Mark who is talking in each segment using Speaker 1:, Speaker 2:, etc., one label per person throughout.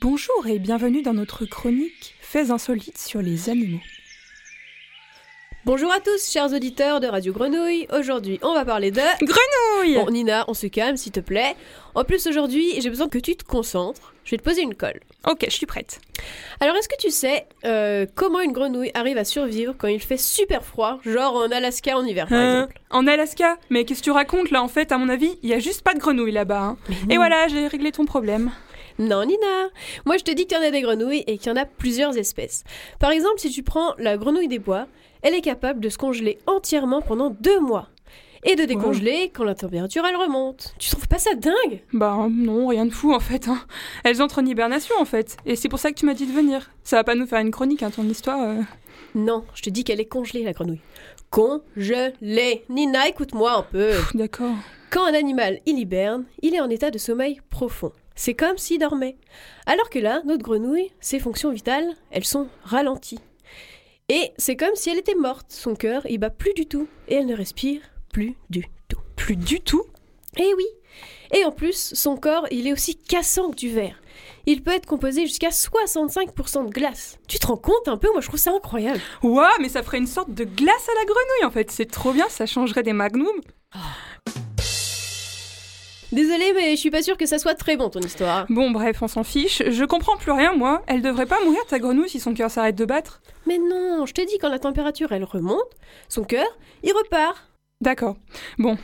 Speaker 1: Bonjour et bienvenue dans notre chronique Faits insolites sur les animaux.
Speaker 2: Bonjour à tous, chers auditeurs de Radio Grenouille. Aujourd'hui, on va parler de.
Speaker 1: Grenouille
Speaker 2: Bon, Nina, on se calme, s'il te plaît. En plus, aujourd'hui, j'ai besoin que tu te concentres. Je vais te poser une colle.
Speaker 1: Ok, je suis prête.
Speaker 2: Alors, est-ce que tu sais euh, comment une grenouille arrive à survivre quand il fait super froid, genre en Alaska en hiver, par
Speaker 1: Euh,
Speaker 2: exemple
Speaker 1: en Alaska Mais qu'est-ce que tu racontes là En fait, à mon avis, il y a juste pas de grenouille là-bas. hein.
Speaker 2: Mmh.
Speaker 1: Et voilà, j'ai réglé ton problème.
Speaker 2: Non, Nina Moi, je te dis qu'il y en a des grenouilles et qu'il y en a plusieurs espèces. Par exemple, si tu prends la grenouille des bois, elle est capable de se congeler entièrement pendant deux mois. Et de décongeler quand la température, elle remonte. Tu trouves pas ça dingue
Speaker 1: Bah non, rien de fou en fait. hein. Elles entrent en hibernation en fait. Et c'est pour ça que tu m'as dit de venir. Ça va pas nous faire une chronique, hein, ton histoire. euh.
Speaker 2: Non, je te dis qu'elle est congelée, la grenouille. Congelée Nina, écoute-moi un peu.
Speaker 1: Pff, D'accord.
Speaker 2: Quand un animal, il hiberne, il est en état de sommeil profond. C'est comme s'il dormait. Alors que là, notre grenouille, ses fonctions vitales, elles sont ralenties. Et c'est comme si elle était morte. Son cœur, il bat plus du tout. Et elle ne respire plus du tout.
Speaker 1: Plus du tout
Speaker 2: Eh oui Et en plus, son corps, il est aussi cassant que du verre. Il peut être composé jusqu'à 65% de glace. Tu te rends compte un peu Moi, je trouve ça incroyable.
Speaker 1: Ouah, mais ça ferait une sorte de glace à la grenouille en fait. C'est trop bien, ça changerait des magnums.
Speaker 2: Désolée, mais je suis pas sûre que ça soit très bon ton histoire.
Speaker 1: Bon, bref, on s'en fiche. Je comprends plus rien, moi. Elle devrait pas mourir, ta grenouille, si son cœur s'arrête de battre.
Speaker 2: Mais non, je te dis, quand la température elle remonte, son cœur, il repart.
Speaker 1: D'accord. Bon.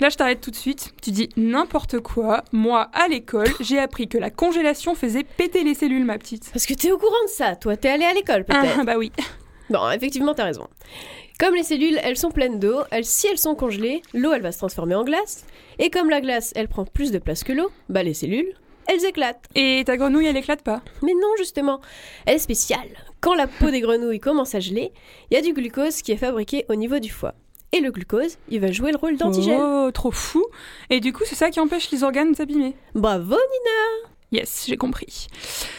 Speaker 1: Là, je t'arrête tout de suite. Tu dis n'importe quoi. Moi, à l'école, j'ai appris que la congélation faisait péter les cellules, ma petite.
Speaker 2: Parce que t'es au courant de ça, toi, t'es allé à l'école peut-être.
Speaker 1: Ah, bah oui.
Speaker 2: Bon, effectivement, t'as raison. Comme les cellules, elles sont pleines d'eau, elles, si elles sont congelées, l'eau, elle va se transformer en glace. Et comme la glace, elle prend plus de place que l'eau, bah les cellules, elles éclatent.
Speaker 1: Et ta grenouille, elle éclate pas.
Speaker 2: Mais non, justement, elle est spéciale. Quand la peau des grenouilles commence à geler, il y a du glucose qui est fabriqué au niveau du foie. Et le glucose, il va jouer le rôle d'antigel.
Speaker 1: Oh, trop fou. Et du coup, c'est ça qui empêche les organes de s'abîmer.
Speaker 2: Bravo,
Speaker 1: Yes, j'ai compris.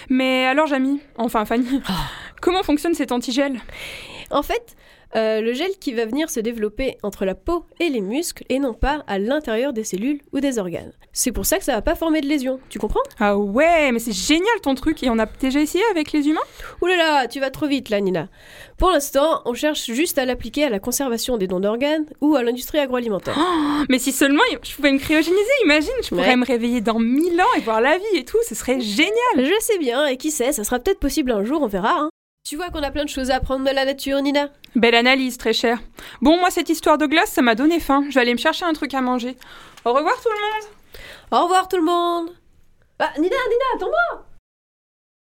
Speaker 1: Mais alors, Jamie, enfin Fanny,
Speaker 2: Ah.
Speaker 1: comment fonctionne cet antigel
Speaker 2: En fait, euh, le gel qui va venir se développer entre la peau et les muscles et non pas à l'intérieur des cellules ou des organes. C'est pour ça que ça va pas former de lésions, tu comprends
Speaker 1: Ah ouais, mais c'est génial ton truc. Et on a déjà essayé avec les humains
Speaker 2: Ouh là là, tu vas trop vite là Nina. Pour l'instant, on cherche juste à l'appliquer à la conservation des dons d'organes ou à l'industrie agroalimentaire.
Speaker 1: Mais si seulement je pouvais me cryogéniser, imagine, je pourrais
Speaker 2: Ah. Ouais.
Speaker 1: me réveiller dans mille ans et voir la vie et tout, ce serait génial.
Speaker 2: Ah, Je sais bien, et qui sait, ça sera peut-être possible un jour, on verra. hein. Tu vois qu'on a plein de choses à apprendre de la nature, Nina.
Speaker 1: Belle analyse, très cher. Bon, moi, cette histoire de glace, ça m'a donné faim. Je vais aller me chercher un truc à manger. Au revoir tout le monde.
Speaker 2: Au revoir tout le monde Ah, Nina, Nina, attends-moi